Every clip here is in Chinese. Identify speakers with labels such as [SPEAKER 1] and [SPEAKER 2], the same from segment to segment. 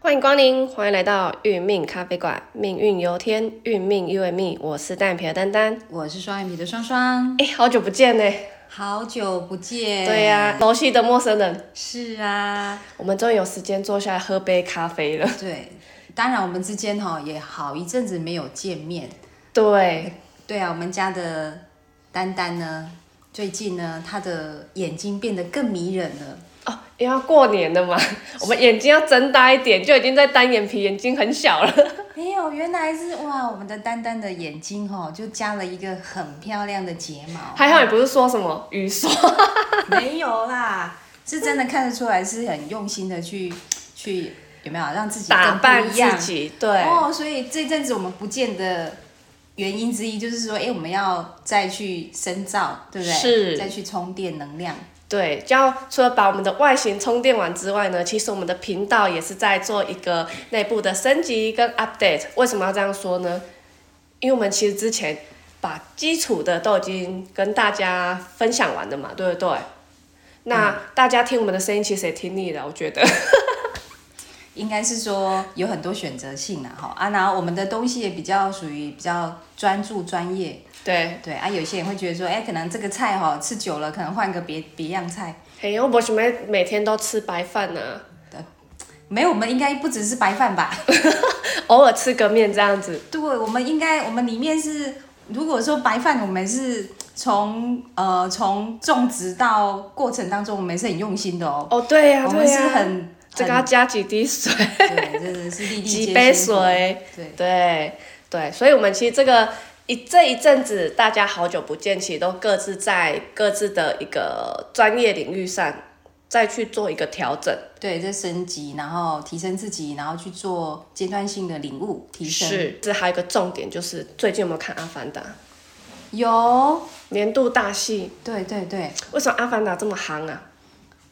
[SPEAKER 1] 欢迎光临，欢迎来到运命咖啡馆，命运由天，运命由命。我是单眼皮的丹丹。
[SPEAKER 2] 我是双眼皮的双双，
[SPEAKER 1] 哎，好久不见呢、
[SPEAKER 2] 好久不见。
[SPEAKER 1] 对呀、熟悉的陌生人，
[SPEAKER 2] 是啊，
[SPEAKER 1] 我们终于有时间坐下来喝杯咖啡了。
[SPEAKER 2] 对。当然，我们之间哈、也好一阵子没有见面。
[SPEAKER 1] 对，
[SPEAKER 2] 对啊，我们家的丹丹呢，最近呢，她的眼睛变得更迷人了。
[SPEAKER 1] 哦，因为要过年了嘛，我们眼睛要睁大一点，就已经在单眼皮，眼睛很小了。
[SPEAKER 2] 没有，原来是哇，我们的丹丹的眼睛哈、就加了一个很漂亮的睫 毛。
[SPEAKER 1] 还好你不是说什么雨刷，
[SPEAKER 2] 没有啦，是真的看得出来是很用心的去去有没有让自己更
[SPEAKER 1] 打扮
[SPEAKER 2] 不一
[SPEAKER 1] 自
[SPEAKER 2] 样
[SPEAKER 1] 己，对，
[SPEAKER 2] 哦，所以这阵子我们不见的原因之一就是说，哎、我们要再去深造，对不对？
[SPEAKER 1] 是
[SPEAKER 2] 再去充电能量。
[SPEAKER 1] 对，就要除了把我们的外形充电完之外呢，其实我们的频道也是在做一个内部的升级跟 update。为什么要这样说呢？因为我们其实之前把基础的都已经跟大家分享完了嘛，对不对？那大家听我们的声音，其实也听腻了，我觉得。
[SPEAKER 2] 应该是说有很多选择性啦，哈啊，然后我们的东西也比较属于比较专注专业，
[SPEAKER 1] 对，
[SPEAKER 2] 对啊，有些人会觉得说，哎、可能这个菜哈吃久了，可能换个别别样菜，
[SPEAKER 1] 嘿，我为什么每天都吃白饭啊呢、
[SPEAKER 2] 没有，我们应该不只是白饭吧？
[SPEAKER 1] 偶尔吃个面这样子。
[SPEAKER 2] 对，我们应该，我们里面是，如果说白饭，我们是从呃从种植到过程当中，我们也是很用心的哦。
[SPEAKER 1] 哦，对呀、
[SPEAKER 2] 我们
[SPEAKER 1] 对
[SPEAKER 2] 是
[SPEAKER 1] 呀、
[SPEAKER 2] 很
[SPEAKER 1] 这个要加几滴 水，
[SPEAKER 2] 很对，真的是粒粒皆辛
[SPEAKER 1] 几
[SPEAKER 2] 苦
[SPEAKER 1] 杯水。
[SPEAKER 2] 对，
[SPEAKER 1] 对对，所以我们其实这个一这一阵子大家好久不见，其实都各自在各自的一个专业领域上再去做一个调整。
[SPEAKER 2] 对，这升级，然后提升自己，然后去做阶段性的领悟提升。
[SPEAKER 1] 是，这还有一个重点就是最近有没有看《阿凡达》
[SPEAKER 2] 有，
[SPEAKER 1] 年度大戏？
[SPEAKER 2] 对对对，
[SPEAKER 1] 为什么《阿凡达》这么夯啊？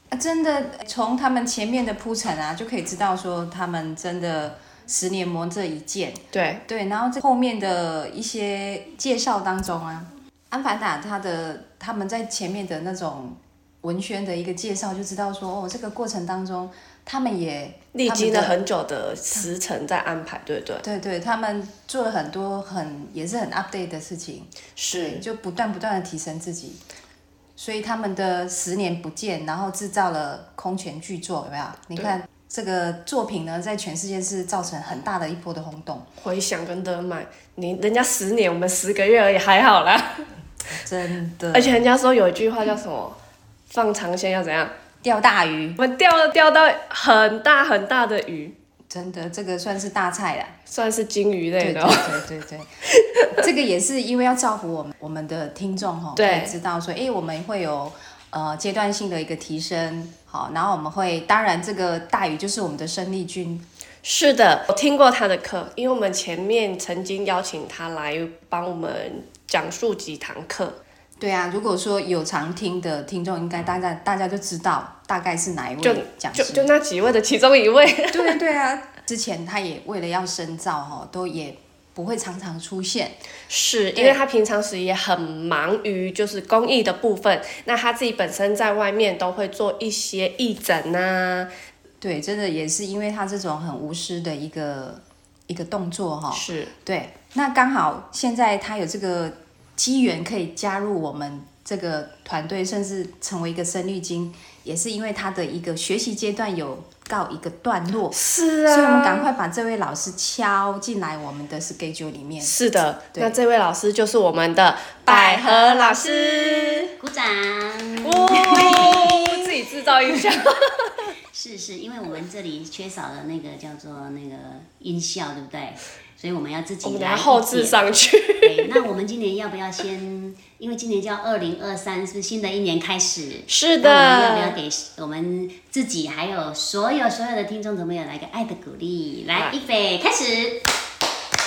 [SPEAKER 2] 啊，真的从他们前面的铺陈啊，就可以知道说他们真的十年磨这一剑。
[SPEAKER 1] 对，
[SPEAKER 2] 对，然后这后面的一些介绍当中啊，安凡达他的他们在前面的那种文宣的一个介绍，就知道说哦，这个过程当中他们也
[SPEAKER 1] 历经了
[SPEAKER 2] 他们
[SPEAKER 1] 很久的时辰在安排，对不对？
[SPEAKER 2] 的对对，他们做了很多很也是很 update 的事情，对，就不断不断的提升自己。所以他们的十年不见，然后制造了空前巨作，有没有？你看这个作品呢，在全世界是造成很大的一波的轰动，
[SPEAKER 1] 回想跟热卖，你人家十年，我们十个月而已，还好啦。
[SPEAKER 2] 真的
[SPEAKER 1] 而且人家说有一句话叫什么？放长线要怎样？
[SPEAKER 2] 钓大鱼。
[SPEAKER 1] 我们钓了钓到很大很大的鱼，
[SPEAKER 2] 真的，这个算是大菜啦。
[SPEAKER 1] 算是金鱼类
[SPEAKER 2] 对
[SPEAKER 1] 的
[SPEAKER 2] 对
[SPEAKER 1] 哦、
[SPEAKER 2] 对对 对，这个也是因为要造福我们我们的听众哈、
[SPEAKER 1] 对
[SPEAKER 2] 可以知道说，哎，我们会有呃阶段性的一个提升，好，然后我们会，当然这个大鱼就是我们的生力军，
[SPEAKER 1] 是的，我听过他的课，因为我们前面曾经邀请他来帮我们讲述几堂课。
[SPEAKER 2] 对啊，如果说有常听的听众，应该大家大家就知道大概是哪一
[SPEAKER 1] 就
[SPEAKER 2] 位讲
[SPEAKER 1] 就
[SPEAKER 2] 师，
[SPEAKER 1] 就那几位的其中一位，
[SPEAKER 2] 对对啊，之前他也为了要深造哈、都也不会常常出现。
[SPEAKER 1] 是因
[SPEAKER 2] 对
[SPEAKER 1] 为他平常时也很忙于就是公益的部分，那他自己本身在外面都会做一些义诊啊，
[SPEAKER 2] 对，真的也是因为他这种很无私的一个一个动作哈、
[SPEAKER 1] 是
[SPEAKER 2] 对，那刚好现在他有这个机缘可以加入我们这个团队，甚至成为一个生力金，也是因为他的一个学习阶段有告一个段落，
[SPEAKER 1] 是
[SPEAKER 2] 所以我们
[SPEAKER 1] 啊，
[SPEAKER 2] 赶快把这位老师敲进来我们的 schedule 里面。
[SPEAKER 1] 是的，
[SPEAKER 2] 对
[SPEAKER 1] 那这位老师就是我们的百合老师。
[SPEAKER 3] 鼓掌！
[SPEAKER 1] 哦，自己制造音效。
[SPEAKER 3] 是是，因为我们这里缺少了那个叫做那个音效，对不对？所以我们要自
[SPEAKER 1] 我
[SPEAKER 3] 己
[SPEAKER 1] 们等下
[SPEAKER 3] 来
[SPEAKER 1] 后置
[SPEAKER 3] 一点
[SPEAKER 1] 上去。
[SPEAKER 3] 对那我们今年要不要先？因为今年叫二零二三，是不是新的一年开始？
[SPEAKER 1] 是
[SPEAKER 3] 嗯那我们要
[SPEAKER 1] 的
[SPEAKER 3] 不，要给我们自己还有所有所有的听众朋友来个爱的鼓励？来，
[SPEAKER 1] 来
[SPEAKER 3] 预备，开始！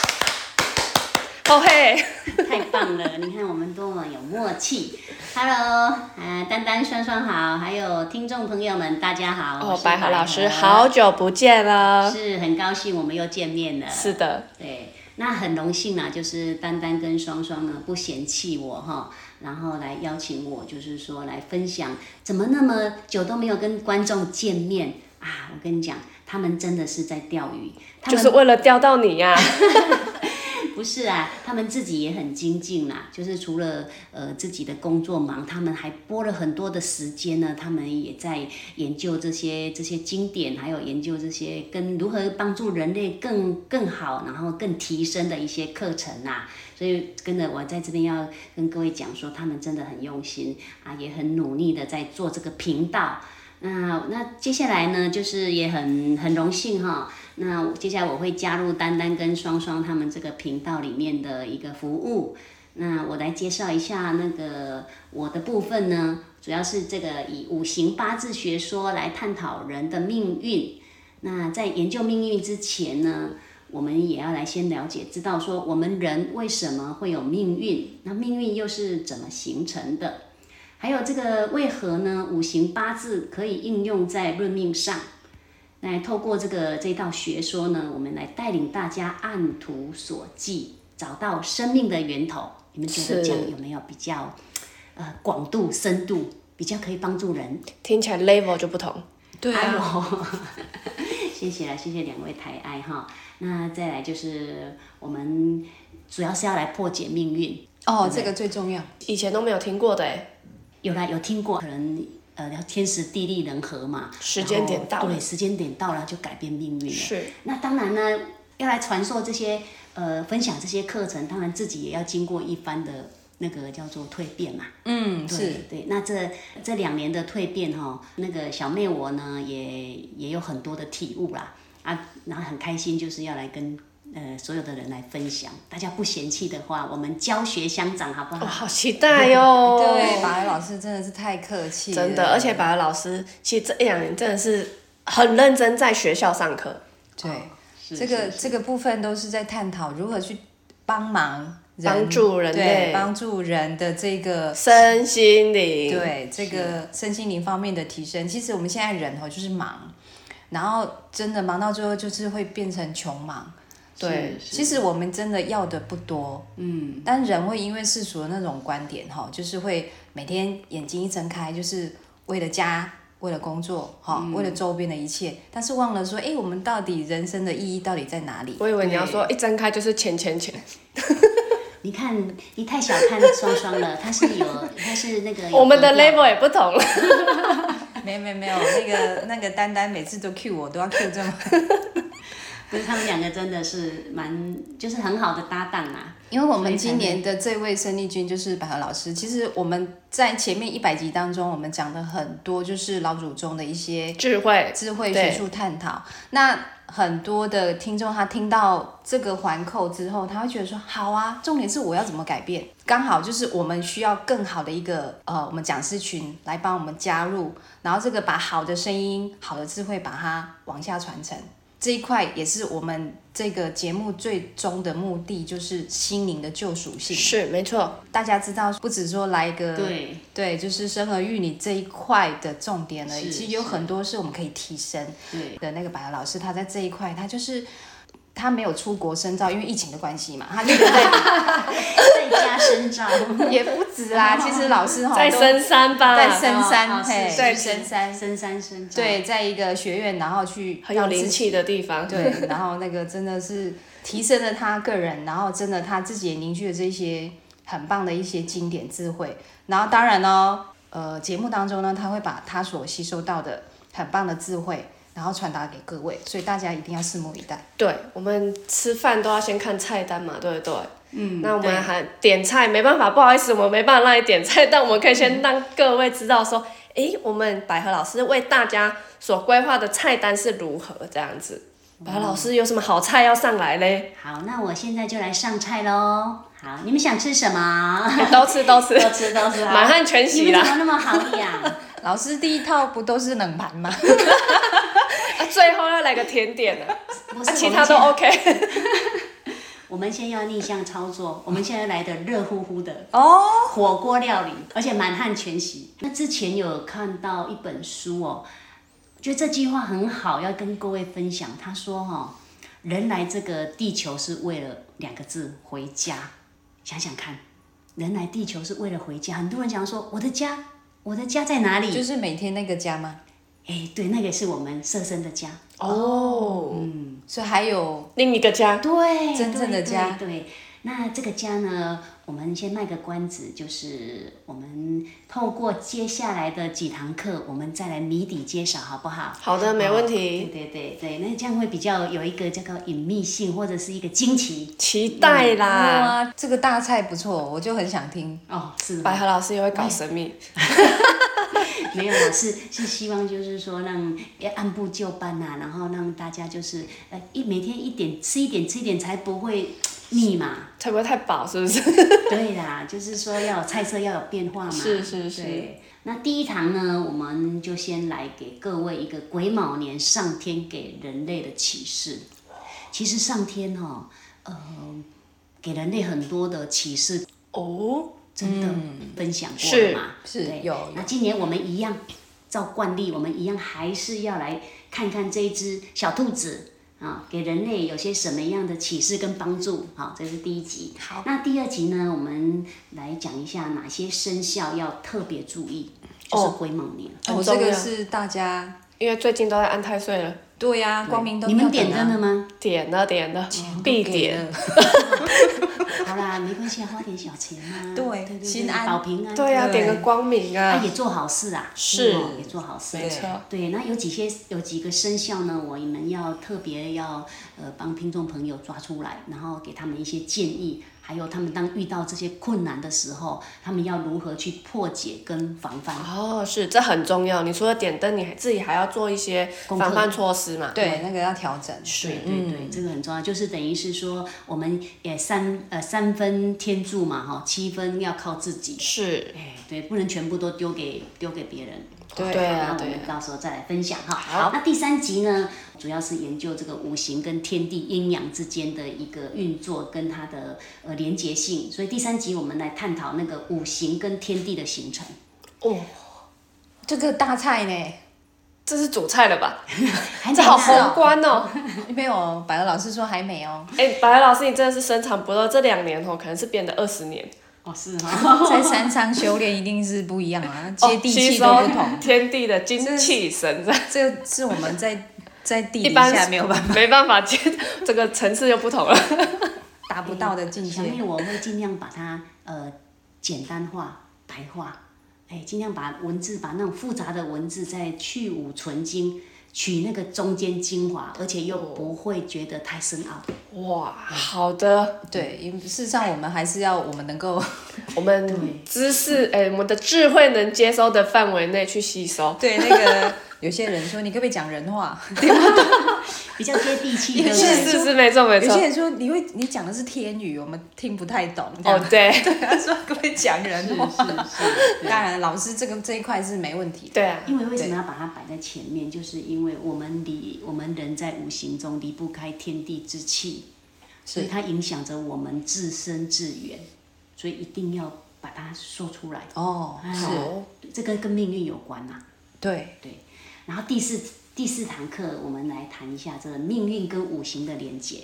[SPEAKER 1] 哦嘿，
[SPEAKER 3] 太棒了！你看我们多么有默契。Hello，呃，丹丹、双双好，还有听众朋友们，大家好。我
[SPEAKER 1] 哦，
[SPEAKER 3] 是
[SPEAKER 1] 百合老师，好久不见了。
[SPEAKER 3] 是很高兴我们又见面了。
[SPEAKER 1] 是的，
[SPEAKER 3] 对，那很荣幸啦，就是丹丹跟双双呢不嫌弃我哈，然后来邀请我，就是说来分享怎么那么久都没有跟观众见面，啊，我跟你讲，他们真的是在钓鱼，他
[SPEAKER 1] 就
[SPEAKER 3] 们
[SPEAKER 1] 是为了钓到你呀、
[SPEAKER 3] 不是啊，他们自己也很精进啦，就是除了呃自己的工作忙，他们还拨了很多的时间呢，他们也在研究这些这些经典，还有研究这些跟如何帮助人类更更好，然后更提升的一些课程啊。所以跟着我在这边要跟各位讲说，他们真的很用心啊，也很努力的在做这个频道。那那接下来呢，就是也很很荣幸哈、那接下来我会加入丹丹跟双双他们这个频道里面的一个服务。那我来介绍一下那个我的部分呢，主要是这个以五行八字学说来探讨人的命运。那在研究命运之前呢，我们也要来先了解，知道说我们人为什么会有命运，那命运又是怎么形成的？还有这个为何呢？五行八字可以应用在论命上。那透过这个这道学说呢，我们来带领大家按图索骥，找到生命的源头。你们觉得
[SPEAKER 1] 是
[SPEAKER 3] 这样有没有比较呃广度、深度，比较可以帮助人？
[SPEAKER 1] 听起来 level 就不同。
[SPEAKER 2] 对
[SPEAKER 3] 哎
[SPEAKER 2] 啊，
[SPEAKER 3] 呦 谢谢啦，谢谢两位抬爱哈。那再来就是我们主要是要来破解命运，
[SPEAKER 2] 哦，这个最重要。
[SPEAKER 1] 以前都没有听过的哎，
[SPEAKER 3] 有啦有听过，可能呃聊天时地利人和嘛，
[SPEAKER 1] 时间点到
[SPEAKER 3] 然后
[SPEAKER 1] 了
[SPEAKER 3] 哦对，时间点到了就改变命运了。
[SPEAKER 1] 是
[SPEAKER 3] 那当然呢，要来传授这些呃分享这些课程，当然自己也要经过一番的那个叫做蜕变嘛。
[SPEAKER 2] 嗯，
[SPEAKER 3] 对
[SPEAKER 2] 是
[SPEAKER 3] 对，那这这两年的蜕变哈、那个小妹我呢也也有很多的体悟啦啊，然后很开心就是要来跟呃所有的人来分享，大家不嫌弃的话，我们教学相长好不
[SPEAKER 1] 哦，
[SPEAKER 3] 好？
[SPEAKER 1] 好期待哟、
[SPEAKER 2] 对，白老师真的是太客气了，
[SPEAKER 1] 哦 真的，而且百儿老师其实这一两年真的是很认真在学校上课，哦
[SPEAKER 2] 对
[SPEAKER 3] 是
[SPEAKER 2] 这个
[SPEAKER 3] 是
[SPEAKER 2] 这个部分都是在探讨如何去帮忙人
[SPEAKER 1] 帮助人
[SPEAKER 2] 对
[SPEAKER 1] 类
[SPEAKER 2] 帮助人的这个
[SPEAKER 1] 身心灵。，
[SPEAKER 2] 对这个身心灵方面的提升。其实我们现在人哦就是忙，然后真的忙到最后就是会变成穷忙。
[SPEAKER 1] 对
[SPEAKER 3] 是
[SPEAKER 2] 其实我们真的要的不多，嗯，但人会因为世俗的那种观点哈，就是会每天眼睛一睁开就是为了家。为了工作，哈、
[SPEAKER 1] 嗯
[SPEAKER 2] 为了周边的一切，但是忘了说，哎，我们到底人生的意义到底在哪里？
[SPEAKER 1] 我以为你要说一睁开就是钱钱钱，
[SPEAKER 3] 你看你太小看双双了，她是有她是那个有
[SPEAKER 1] 我们的
[SPEAKER 3] 格调
[SPEAKER 1] level 也不同了。
[SPEAKER 2] 没没没有，那个那个丹丹每次都 Q 我，都要 Q 这么，
[SPEAKER 3] 不是他们两个真的是蛮就是很好的搭档啊，
[SPEAKER 2] 因为我们今年的这位生力军就是百合老师。其实我们在前面一百集当中，我们讲的很多就是老祖宗的一些
[SPEAKER 1] 智慧，
[SPEAKER 2] 智慧
[SPEAKER 1] 对
[SPEAKER 2] 学术探讨。那很多的听众他听到这个环扣之后，他会觉得说：好啊，重点是我要怎么改变？刚好就是我们需要更好的一个呃，我们讲师群来帮我们加入，然后这个把好的声音、好的智慧把它往下传承。这一块也是我们这个节目最终的目的，就是心灵的救赎性。
[SPEAKER 1] 是没错，
[SPEAKER 2] 大家知道，不只说来一个
[SPEAKER 3] 对，
[SPEAKER 2] 对，就是生儿育女这一块的重点而已。
[SPEAKER 3] 是
[SPEAKER 2] 其实有
[SPEAKER 3] 是
[SPEAKER 2] 很多是我们可以提升
[SPEAKER 3] 对
[SPEAKER 2] 的。那个百合老师，他在这一块，他就是他没有出国深造，因为疫情的关系嘛，他就留在
[SPEAKER 3] 在家深造，
[SPEAKER 2] 也不止 啦。其实老师哈，
[SPEAKER 1] 在
[SPEAKER 2] 都
[SPEAKER 1] 深山吧，
[SPEAKER 2] 在深
[SPEAKER 3] 哦
[SPEAKER 2] 山，
[SPEAKER 3] 哦
[SPEAKER 2] 嘿，
[SPEAKER 3] 是
[SPEAKER 1] 对
[SPEAKER 2] 去深山，
[SPEAKER 3] 深山深造，
[SPEAKER 2] 对，在一个学院，然后去
[SPEAKER 1] 很有
[SPEAKER 2] 让自
[SPEAKER 1] 灵
[SPEAKER 2] 己
[SPEAKER 1] 气的地 方。
[SPEAKER 2] 对，然后那个真的是提升了他个人，然后真的他自己也凝聚了这些很棒的一些经典智慧。然后当然哦，呃，节目当中呢，他会把他所吸收到的很棒的智慧，然后传达给各位，所以大家一定要拭目以待。
[SPEAKER 1] 对，我们吃饭都要先看菜单嘛，对不对？嗯，那我
[SPEAKER 2] 对
[SPEAKER 1] 们还点菜，没办法，不好意思，我们没办法让你点菜，但我们可以先让各位知道说，诶，我们百合老师为大家所规划的菜单是如何这样子。百合老师有什么好菜要上来嘞？
[SPEAKER 3] 好，那我现在就来上菜喽。好，你们想吃 什么？
[SPEAKER 1] 都吃都 吃，
[SPEAKER 3] 都吃都吃啊！
[SPEAKER 1] 满汉全
[SPEAKER 3] 你
[SPEAKER 1] 席
[SPEAKER 3] 们
[SPEAKER 1] 啦！
[SPEAKER 3] 怎么那么好 养？
[SPEAKER 2] 老师第一套不都是冷盘吗？
[SPEAKER 1] 啊，最后要来个甜点 了，啊，
[SPEAKER 3] 不是，
[SPEAKER 1] 其
[SPEAKER 3] 我们
[SPEAKER 1] 他都
[SPEAKER 3] 现在
[SPEAKER 1] OK。
[SPEAKER 3] 我们先要逆向操作，我们现在来的热乎乎的
[SPEAKER 2] 哦，
[SPEAKER 3] 火锅料理，而且满汉全席。那之前有看到一本书哦，觉得这句话很好，要跟各位分享。他说哦，人来这个地球是为了两个字回家。想想看，人来地球是为了回家。很多人讲说，我的家，我的家在哪里？
[SPEAKER 2] 就是每天那个家吗？
[SPEAKER 3] 哎，对，那个是我们设身的家。
[SPEAKER 1] 哦，
[SPEAKER 3] 嗯，
[SPEAKER 2] 所以还有
[SPEAKER 1] 另一个家，
[SPEAKER 3] 对，
[SPEAKER 2] 真正的家
[SPEAKER 3] 对对对那这个家呢，我们先卖个关子，就是我们透过接下来的几堂课，我们再来谜底揭晓，好不好？
[SPEAKER 1] 好的，没问
[SPEAKER 3] 对
[SPEAKER 1] 题，
[SPEAKER 3] 对对对，那这样会比较有一个叫做隐秘性，或者是一个惊奇
[SPEAKER 1] 嗯期待啦。
[SPEAKER 2] 哇，呃这个大菜不错，我就很想听。
[SPEAKER 3] 哦，是
[SPEAKER 1] 百
[SPEAKER 3] 吧？
[SPEAKER 1] 合老师也会搞神秘，
[SPEAKER 3] 没有啦，是是希望就是说让要按部就班呐、然后让大家就是呃一每天一点吃一点吃一点，才不会 腻嘛。
[SPEAKER 1] 才不会太饱，是不是？
[SPEAKER 3] 对啦，就是说要有菜色要有变
[SPEAKER 2] 嗯
[SPEAKER 3] 化 嘛。
[SPEAKER 1] 是是是
[SPEAKER 3] 对。那第一堂呢，我们就先来给各位一个癸卯年上天给人类的启示。其实上天哦，呃，给人类很多的启示
[SPEAKER 1] 哦，
[SPEAKER 3] 真
[SPEAKER 2] 嗯
[SPEAKER 3] 的分享过了嘛？
[SPEAKER 2] 是是
[SPEAKER 3] 对
[SPEAKER 2] 有有
[SPEAKER 3] 那今年我们一样，照惯例，我们一样还是要来看看这一只小兔子啊，给人类有些什么样的启示跟帮助。好，这是第一集。好，那第二集呢，我们来讲一下哪些生肖要特别注意，就是癸卯年。
[SPEAKER 1] 很
[SPEAKER 2] 我、
[SPEAKER 1] 重
[SPEAKER 2] 哦这
[SPEAKER 1] 要
[SPEAKER 2] 个是大家
[SPEAKER 1] 因为最近都在安太岁了，
[SPEAKER 2] 对呀、光明都啊
[SPEAKER 3] 你们点灯
[SPEAKER 2] 吗？
[SPEAKER 3] 了 吗？
[SPEAKER 1] 点了点了，必点。
[SPEAKER 2] 嗯哦给了
[SPEAKER 3] 好啦，没关系啊，花点小钱啊。
[SPEAKER 2] 对
[SPEAKER 3] 对对对，
[SPEAKER 2] 心安
[SPEAKER 3] 保平安。
[SPEAKER 1] 对呀、
[SPEAKER 2] 嗯对
[SPEAKER 1] 点个光明
[SPEAKER 3] 啊，
[SPEAKER 1] 啊，
[SPEAKER 3] 也做好事啊，
[SPEAKER 1] 是
[SPEAKER 3] 嗯哦也做好事，
[SPEAKER 1] 没错
[SPEAKER 3] 呃对，那有几些有几个生肖呢？我们要特别要呃帮听众朋友抓出来，然后给他们一些建议，还有他们当遇到这些困难的时候，他们要如何去破解跟防
[SPEAKER 2] 哎
[SPEAKER 3] 范。
[SPEAKER 1] 哦，是，这很重要。你除了点灯，你还自己还要做一些
[SPEAKER 3] 功课
[SPEAKER 1] 防范措施嘛？
[SPEAKER 2] 对，那个要调整。
[SPEAKER 3] 对对对，这个很重要，就是等于是说，我们也三呃三分天助嘛，哈，七分要靠自己。
[SPEAKER 1] 是，
[SPEAKER 3] 哎，对，不能全部都丢给丢给别人。
[SPEAKER 2] 对
[SPEAKER 1] 对
[SPEAKER 3] 那
[SPEAKER 1] 啊，
[SPEAKER 3] 我
[SPEAKER 1] 对
[SPEAKER 3] 们
[SPEAKER 1] 啊，
[SPEAKER 3] 到时候再来分享哈。好，那第三集呢，主要是研究这个五行跟天地阴阳之间的一个运作跟它的呃连结性，所以第三集我们来探讨那个五行跟天地的形 成。
[SPEAKER 1] 哦，
[SPEAKER 2] 这个大 菜呢，
[SPEAKER 1] 这是主菜了
[SPEAKER 2] 哎
[SPEAKER 1] 吧？
[SPEAKER 3] 还
[SPEAKER 1] 这
[SPEAKER 3] 没
[SPEAKER 1] 好
[SPEAKER 3] 呢
[SPEAKER 1] 宏观哦。
[SPEAKER 2] 没有，百合老师说还没哦，
[SPEAKER 1] 哎、白老师，你真的是深藏不露，这两年哦，可能是变得二十年，
[SPEAKER 3] 哦，是哈、
[SPEAKER 2] 在山上修炼一定是不一样啊，
[SPEAKER 1] 哦
[SPEAKER 2] 接地
[SPEAKER 1] 吸
[SPEAKER 2] 气
[SPEAKER 1] 收
[SPEAKER 2] 都不同。
[SPEAKER 1] 天地的精气神，这样
[SPEAKER 2] 这个是我 们在在地
[SPEAKER 1] 一
[SPEAKER 2] 底
[SPEAKER 1] 般
[SPEAKER 2] 下没有办 法
[SPEAKER 1] 没办法接，这个层次就不同了。
[SPEAKER 2] 达 不到的境
[SPEAKER 3] 小妹
[SPEAKER 2] 界。
[SPEAKER 3] 我会尽量把它呃简单化、白化，哎，尽量把文字把那种复杂的文字再去芜存菁，取那个中间精华，而且又不会觉得太深奥。
[SPEAKER 1] 哇，好的，
[SPEAKER 2] 对，因为事实上我们还是要我们能够。
[SPEAKER 1] 我们知识，哎、我们的智慧能接收的范围内去吸收
[SPEAKER 2] 对那个有些人说你可不可以讲人话，
[SPEAKER 3] 比较接 地气，对
[SPEAKER 2] 有
[SPEAKER 3] 不
[SPEAKER 2] 些
[SPEAKER 1] 是
[SPEAKER 2] 人
[SPEAKER 3] 对？
[SPEAKER 1] 是是，没 错没
[SPEAKER 2] 有
[SPEAKER 1] 错
[SPEAKER 2] 些。人说你会你讲的是天语，我们听不太懂。这
[SPEAKER 1] 哦
[SPEAKER 2] 样，
[SPEAKER 1] 对，
[SPEAKER 2] 对，他 说可不可以讲人话？
[SPEAKER 3] 是
[SPEAKER 2] 当然，老师这个这一块是没问题的。
[SPEAKER 1] 对啊，
[SPEAKER 3] 因为为什么要把它摆在前面？就是因为我们离我们人在五行中离不开天地之气，所以它影响着我们自身自远，所以一定要把它说出来。
[SPEAKER 2] 哦，是，
[SPEAKER 1] 好，
[SPEAKER 3] 这个跟命运有关呐、
[SPEAKER 2] 对，
[SPEAKER 3] 对。然后第四第四堂课，我们来谈一下这个命运跟五行的连接，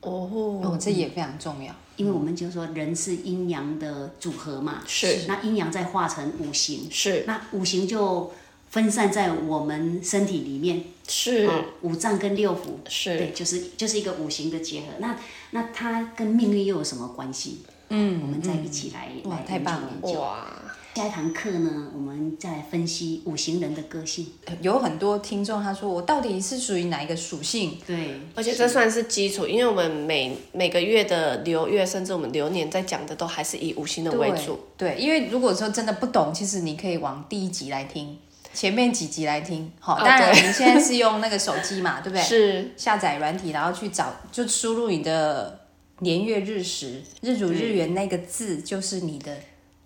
[SPEAKER 2] 哦
[SPEAKER 1] 哦，，
[SPEAKER 2] 这也非常重要。
[SPEAKER 3] 因为我们就说人是阴阳的组合嘛，
[SPEAKER 1] 是
[SPEAKER 3] 那阴阳再化成五行，
[SPEAKER 1] 是
[SPEAKER 3] 那五行就分散在我们身体里面。
[SPEAKER 1] 是
[SPEAKER 2] 嗯
[SPEAKER 3] 哦五脏跟六腑，
[SPEAKER 1] 是，
[SPEAKER 3] 对，就是就是一个五行的结合。那那它跟命运又有什么关系？
[SPEAKER 2] 嗯
[SPEAKER 3] 我们再一起来、
[SPEAKER 2] 哇
[SPEAKER 3] 来
[SPEAKER 2] 太棒了哦
[SPEAKER 3] 研究研究。
[SPEAKER 1] 哇，
[SPEAKER 3] 下一堂课呢，我们再来分析五行人的个性。
[SPEAKER 2] 呃有很多听众他说我到底是属于哪一个属性？
[SPEAKER 3] 对，
[SPEAKER 1] 而且这算是基础，因为我们每每个月的流月，甚至我们流年在讲的都还是以五行的为主。
[SPEAKER 2] 对，因为如果说真的不懂，其实你可以往第一集来听，前面几集来听。好，
[SPEAKER 1] 哦
[SPEAKER 2] 当然
[SPEAKER 1] 对
[SPEAKER 2] 我们现在是用那个手机嘛，对不对？
[SPEAKER 1] 是
[SPEAKER 2] 下载软体，然后去找，就输入你的年月日时、日主日元那个字，就是你的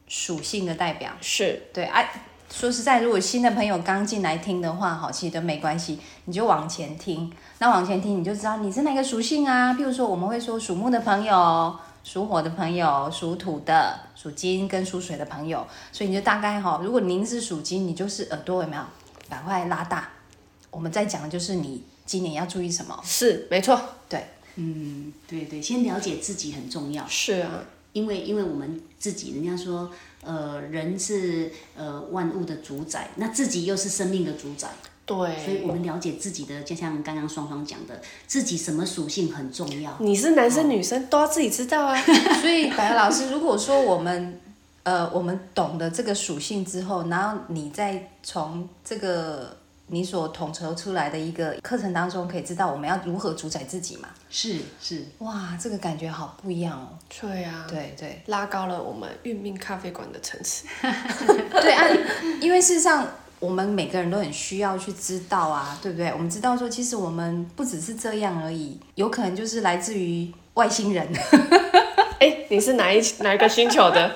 [SPEAKER 2] 属性的代表。
[SPEAKER 1] 是，
[SPEAKER 2] 对，哎、说实在，如果新的朋友刚进来听的话，哈，其实都没关系，你就往前听。那往前听，你就知道你是哪个属性啊。譬如说，我们会说属木的朋友、属火的朋友、属土的、属金跟属水的朋友，所以你就大概哈，如果您是属金，你就是耳朵有没有把快拉大？我们在讲的就是你今年要注意什么。
[SPEAKER 1] 是没错，
[SPEAKER 2] 对，
[SPEAKER 3] 嗯，对对，先了解自己很重要，
[SPEAKER 1] 是啊，
[SPEAKER 3] 因为因为我们自己，人家说，呃，人是呃万物的主宰，那自己又是生命的主宰。所以
[SPEAKER 1] 对，
[SPEAKER 3] 我们了解自己的，就像刚刚双双讲的，自己什么属性很重要。
[SPEAKER 1] 你是男生女生都要自己知道啊。
[SPEAKER 2] 所以白老师，如果说我们呃我们懂得这个属性之后，然后你再从这个你所统筹出来的一个课程当中，可以知道我们要如何主宰自己嘛？
[SPEAKER 3] 是是，
[SPEAKER 2] 哇，这个感觉好不一样哦。
[SPEAKER 1] 对啊，
[SPEAKER 2] 对对，
[SPEAKER 1] 拉高了我们运命咖啡馆的层次。
[SPEAKER 2] 对啊，因为事实上我们每个人都很需要去知道啊，对不对？我们知道说，其实我们不只是这样而已，有可能就是来自于外星人。
[SPEAKER 1] 哎，你是哪一哪一个星球的？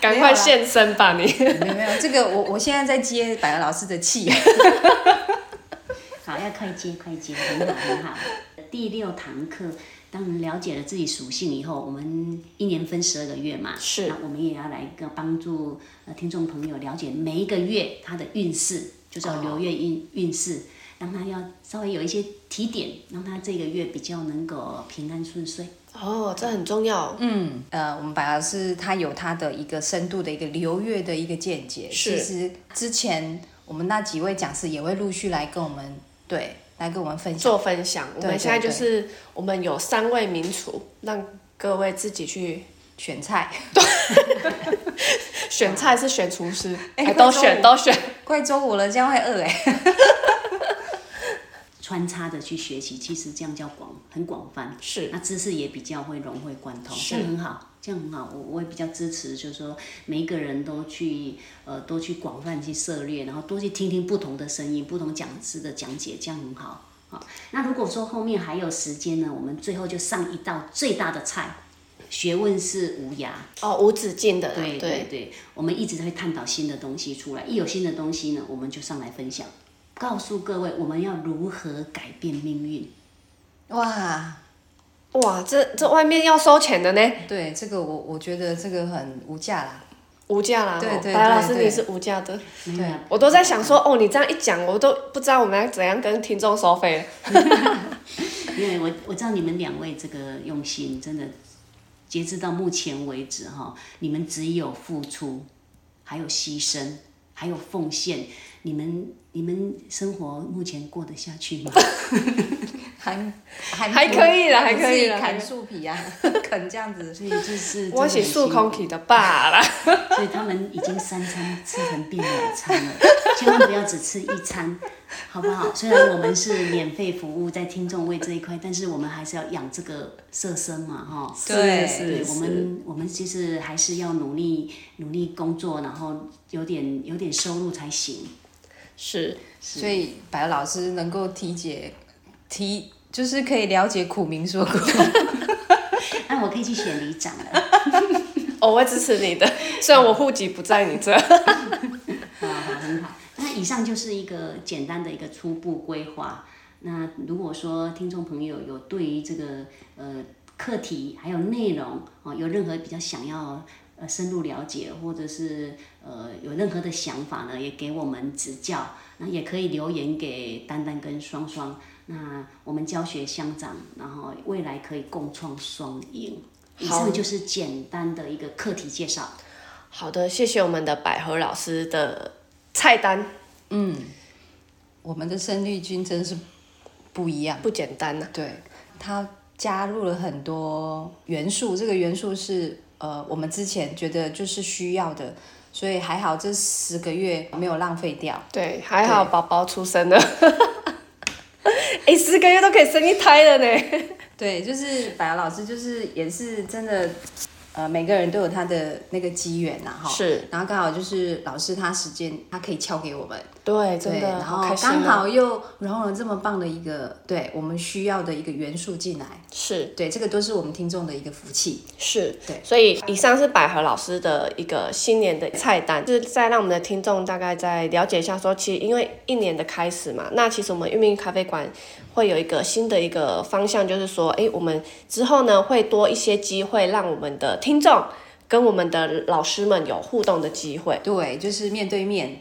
[SPEAKER 1] 赶快现身吧你！
[SPEAKER 2] 没有没有，这个我我现在在接百合老师的气。
[SPEAKER 3] 好，要快接快接，很好很好。第六堂课，当你了解了自己属性以后，我们一年分十二个月嘛，
[SPEAKER 1] 是
[SPEAKER 3] 那我们也要来一个帮助呃听众朋友了解每一个月它的运势，就是要流月运、运势，让他要稍微有一些提点，让他这个月比较能够平安顺遂。
[SPEAKER 1] 哦，这很重要。
[SPEAKER 2] 嗯，呃，我们百老师他有他的一个深度的一个流月的一个见解。
[SPEAKER 1] 是
[SPEAKER 2] 其实之前我们那几位讲师也会陆续来跟我们对来跟我们分享。
[SPEAKER 1] 做分享，我
[SPEAKER 2] 对
[SPEAKER 1] 们现在
[SPEAKER 2] 对
[SPEAKER 1] 就是我们有三位名厨，让各位自己去
[SPEAKER 2] 选菜，
[SPEAKER 1] 选菜，是选厨师，
[SPEAKER 2] 哎
[SPEAKER 1] 哎，都
[SPEAKER 2] 快中
[SPEAKER 1] 选
[SPEAKER 2] 午
[SPEAKER 1] 都选。
[SPEAKER 2] 快中午了，这样会饿哎、
[SPEAKER 3] 穿插的去学习，其实这样叫广，很广泛。
[SPEAKER 1] 是
[SPEAKER 3] 那知识也比较会融会贯通，
[SPEAKER 1] 是
[SPEAKER 3] 这样很好，这样很好。我我也比较支持，就是说每一个人都去呃多去广泛去涉猎，然后多去听听不同的声音、不同讲师的讲解，这样很好。好，那如果说后面还有时间呢，我们最后就上一道最大的菜，学问是无涯。
[SPEAKER 1] 哦，无止境的啦，
[SPEAKER 3] 对对对，我们一直在探讨新的东西出来，一有新的东西呢，我们就上来分享，告诉各位我们要如何改变命运。
[SPEAKER 2] 哇，哎
[SPEAKER 1] 哇，这这外面要收钱的呢，
[SPEAKER 2] 对这个我我觉得这个很无价啦。
[SPEAKER 1] 无价啦。
[SPEAKER 2] 对
[SPEAKER 1] 哦
[SPEAKER 2] 对
[SPEAKER 1] 白老
[SPEAKER 2] 对
[SPEAKER 1] 师
[SPEAKER 2] 对
[SPEAKER 1] 你是无价的，
[SPEAKER 3] 没有啊
[SPEAKER 1] 我都在想说，哦，你这样一讲，我都不知道我们要怎样跟听众收费了。
[SPEAKER 3] 因为我我知道你们两位这个用心，真的，截至到目前为止哈，你们只有付出，还有牺牲，还有奉献，你们你们生活目前过得下去吗？
[SPEAKER 2] 还还
[SPEAKER 1] 还可以啦还可以啦
[SPEAKER 2] 我自己砍树皮啊， 啃这样子。
[SPEAKER 3] 所以就是
[SPEAKER 1] 我是
[SPEAKER 3] 是
[SPEAKER 1] 数空体的爸啦，
[SPEAKER 3] 所以他们已经三餐吃成变两餐了， 千万不要只吃一餐，好不好？虽然我们是免费服务在听众位这一块，但是我们还是要养这个色身嘛，哈。
[SPEAKER 2] 对
[SPEAKER 3] 对
[SPEAKER 1] 是
[SPEAKER 3] 我们，我们其实还是要努力努力工作，然后有点有点收入才行。
[SPEAKER 1] 是
[SPEAKER 2] 所以白老师能够体解体，就是可以了解苦明说苦。
[SPEAKER 3] 那我可以去选里长了。
[SPEAKER 1] 哦，我会支持你的，虽然我户籍不在你这。
[SPEAKER 3] 好好，很好。那以上就是一个简单的一个初步规划。那如果说听众朋友有对于这个呃课题还有内容哦，有任何比较想要呃深入了解，或者是呃有任何的想法呢，也给我们指教。那也可以留言给丹丹跟双双。那我们教学相长，然后未来可以共创双赢。以上就是简单的一个课题介绍。
[SPEAKER 1] 好的，谢谢我们的百合老师的菜单，
[SPEAKER 2] 我们的生力军真是不一样，
[SPEAKER 1] 不简单呐、
[SPEAKER 2] 对，它加入了很多元素，这个元素是呃我们之前觉得就是需要的，所以还好这十个月没有浪费掉。
[SPEAKER 1] 对，还好宝宝出生了。 哎，十个月都可以生一胎了呢。
[SPEAKER 2] 对，就是百老师，就是也是真的，呃，每个人都有他的那个机缘啊呐，哈。
[SPEAKER 1] 是。
[SPEAKER 2] 然后刚好就是老师他时间他可以敲给我们，
[SPEAKER 1] 对，
[SPEAKER 2] 对，
[SPEAKER 1] 真的
[SPEAKER 2] 然
[SPEAKER 1] 好
[SPEAKER 2] 后
[SPEAKER 1] 开心哦、
[SPEAKER 2] 刚哎好啊又融了这么棒的一个对我们需要的一个元素进来，
[SPEAKER 1] 是
[SPEAKER 2] 对，这个都是我们听众的一个福气。
[SPEAKER 1] 是，
[SPEAKER 2] 对
[SPEAKER 1] 所以以上是百合老师的一个新年的菜单，就是再让我们的听众大概再了解一下说，其实因为一年的开始嘛，那其实我们玉命咖啡馆会有一个新的一个方向，就是说，哎，我们之后呢会多一些机会，让我们的听众跟我们的老师们有互动的机会。
[SPEAKER 2] 对，就是面对面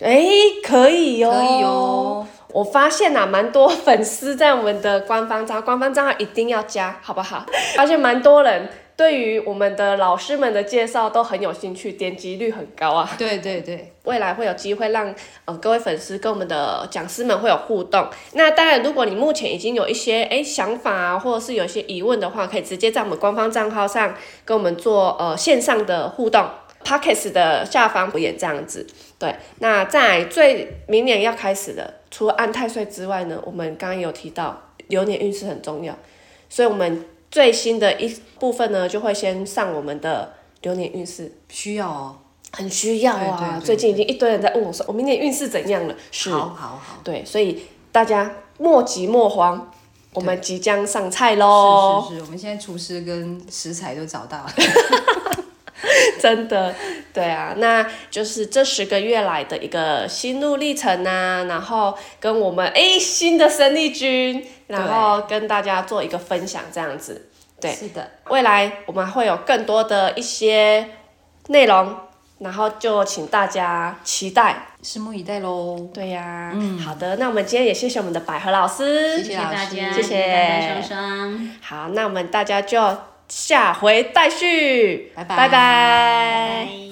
[SPEAKER 1] 哎，可以哟、
[SPEAKER 2] 可以。哦，
[SPEAKER 1] 我发现呐、蛮多粉丝在我们的官方账号，官方账号一定要加，好不好？发现蛮多人对于我们的老师们的介绍都很有兴趣，点击率很高啊。
[SPEAKER 2] 对对对，
[SPEAKER 1] 未来会有机会让呃各位粉丝跟我们的讲师们会有互动。那当然，如果你目前已经有一些诶想法啊，或者是有一些疑问的话，可以直接在我们官方账号上跟我们做呃线上的互动。p o c k e t 的下方也这样子，对。那在最明年要开始的，除了安太岁之外呢，我们刚刚有提到流年运势很重要，所以我们最新的一部分呢，就会先上我们的流年运势。
[SPEAKER 2] 需要哦。
[SPEAKER 1] 很需要啊！
[SPEAKER 2] 对对对
[SPEAKER 1] 最近已经一堆人在问我说，我明年运势怎样了？是，
[SPEAKER 2] 好好好。
[SPEAKER 1] 对，所以大家莫急莫慌，我们即将上菜
[SPEAKER 2] 是
[SPEAKER 1] 喽！
[SPEAKER 2] 是是，我们现在厨师跟食材都找到了。
[SPEAKER 1] 真的，对啊，那就是这十个月来的一个心路历程啊，然后跟我们诶新的生力军，然后跟大家做一个分享，这样子。对
[SPEAKER 2] 是的，
[SPEAKER 1] 未来我们会有更多的一些内容，然后就请大家期待。
[SPEAKER 2] 拭目以待喽。
[SPEAKER 1] 对呀、好的，那我们今天也谢谢我们的百合老师，
[SPEAKER 2] 嗯谢
[SPEAKER 3] 谢谢大家，
[SPEAKER 1] 谢谢
[SPEAKER 3] 单单双双。
[SPEAKER 1] 好，那我们大家就下回待续，
[SPEAKER 2] 拜
[SPEAKER 1] 拜
[SPEAKER 2] 拜
[SPEAKER 1] 拜
[SPEAKER 3] 拜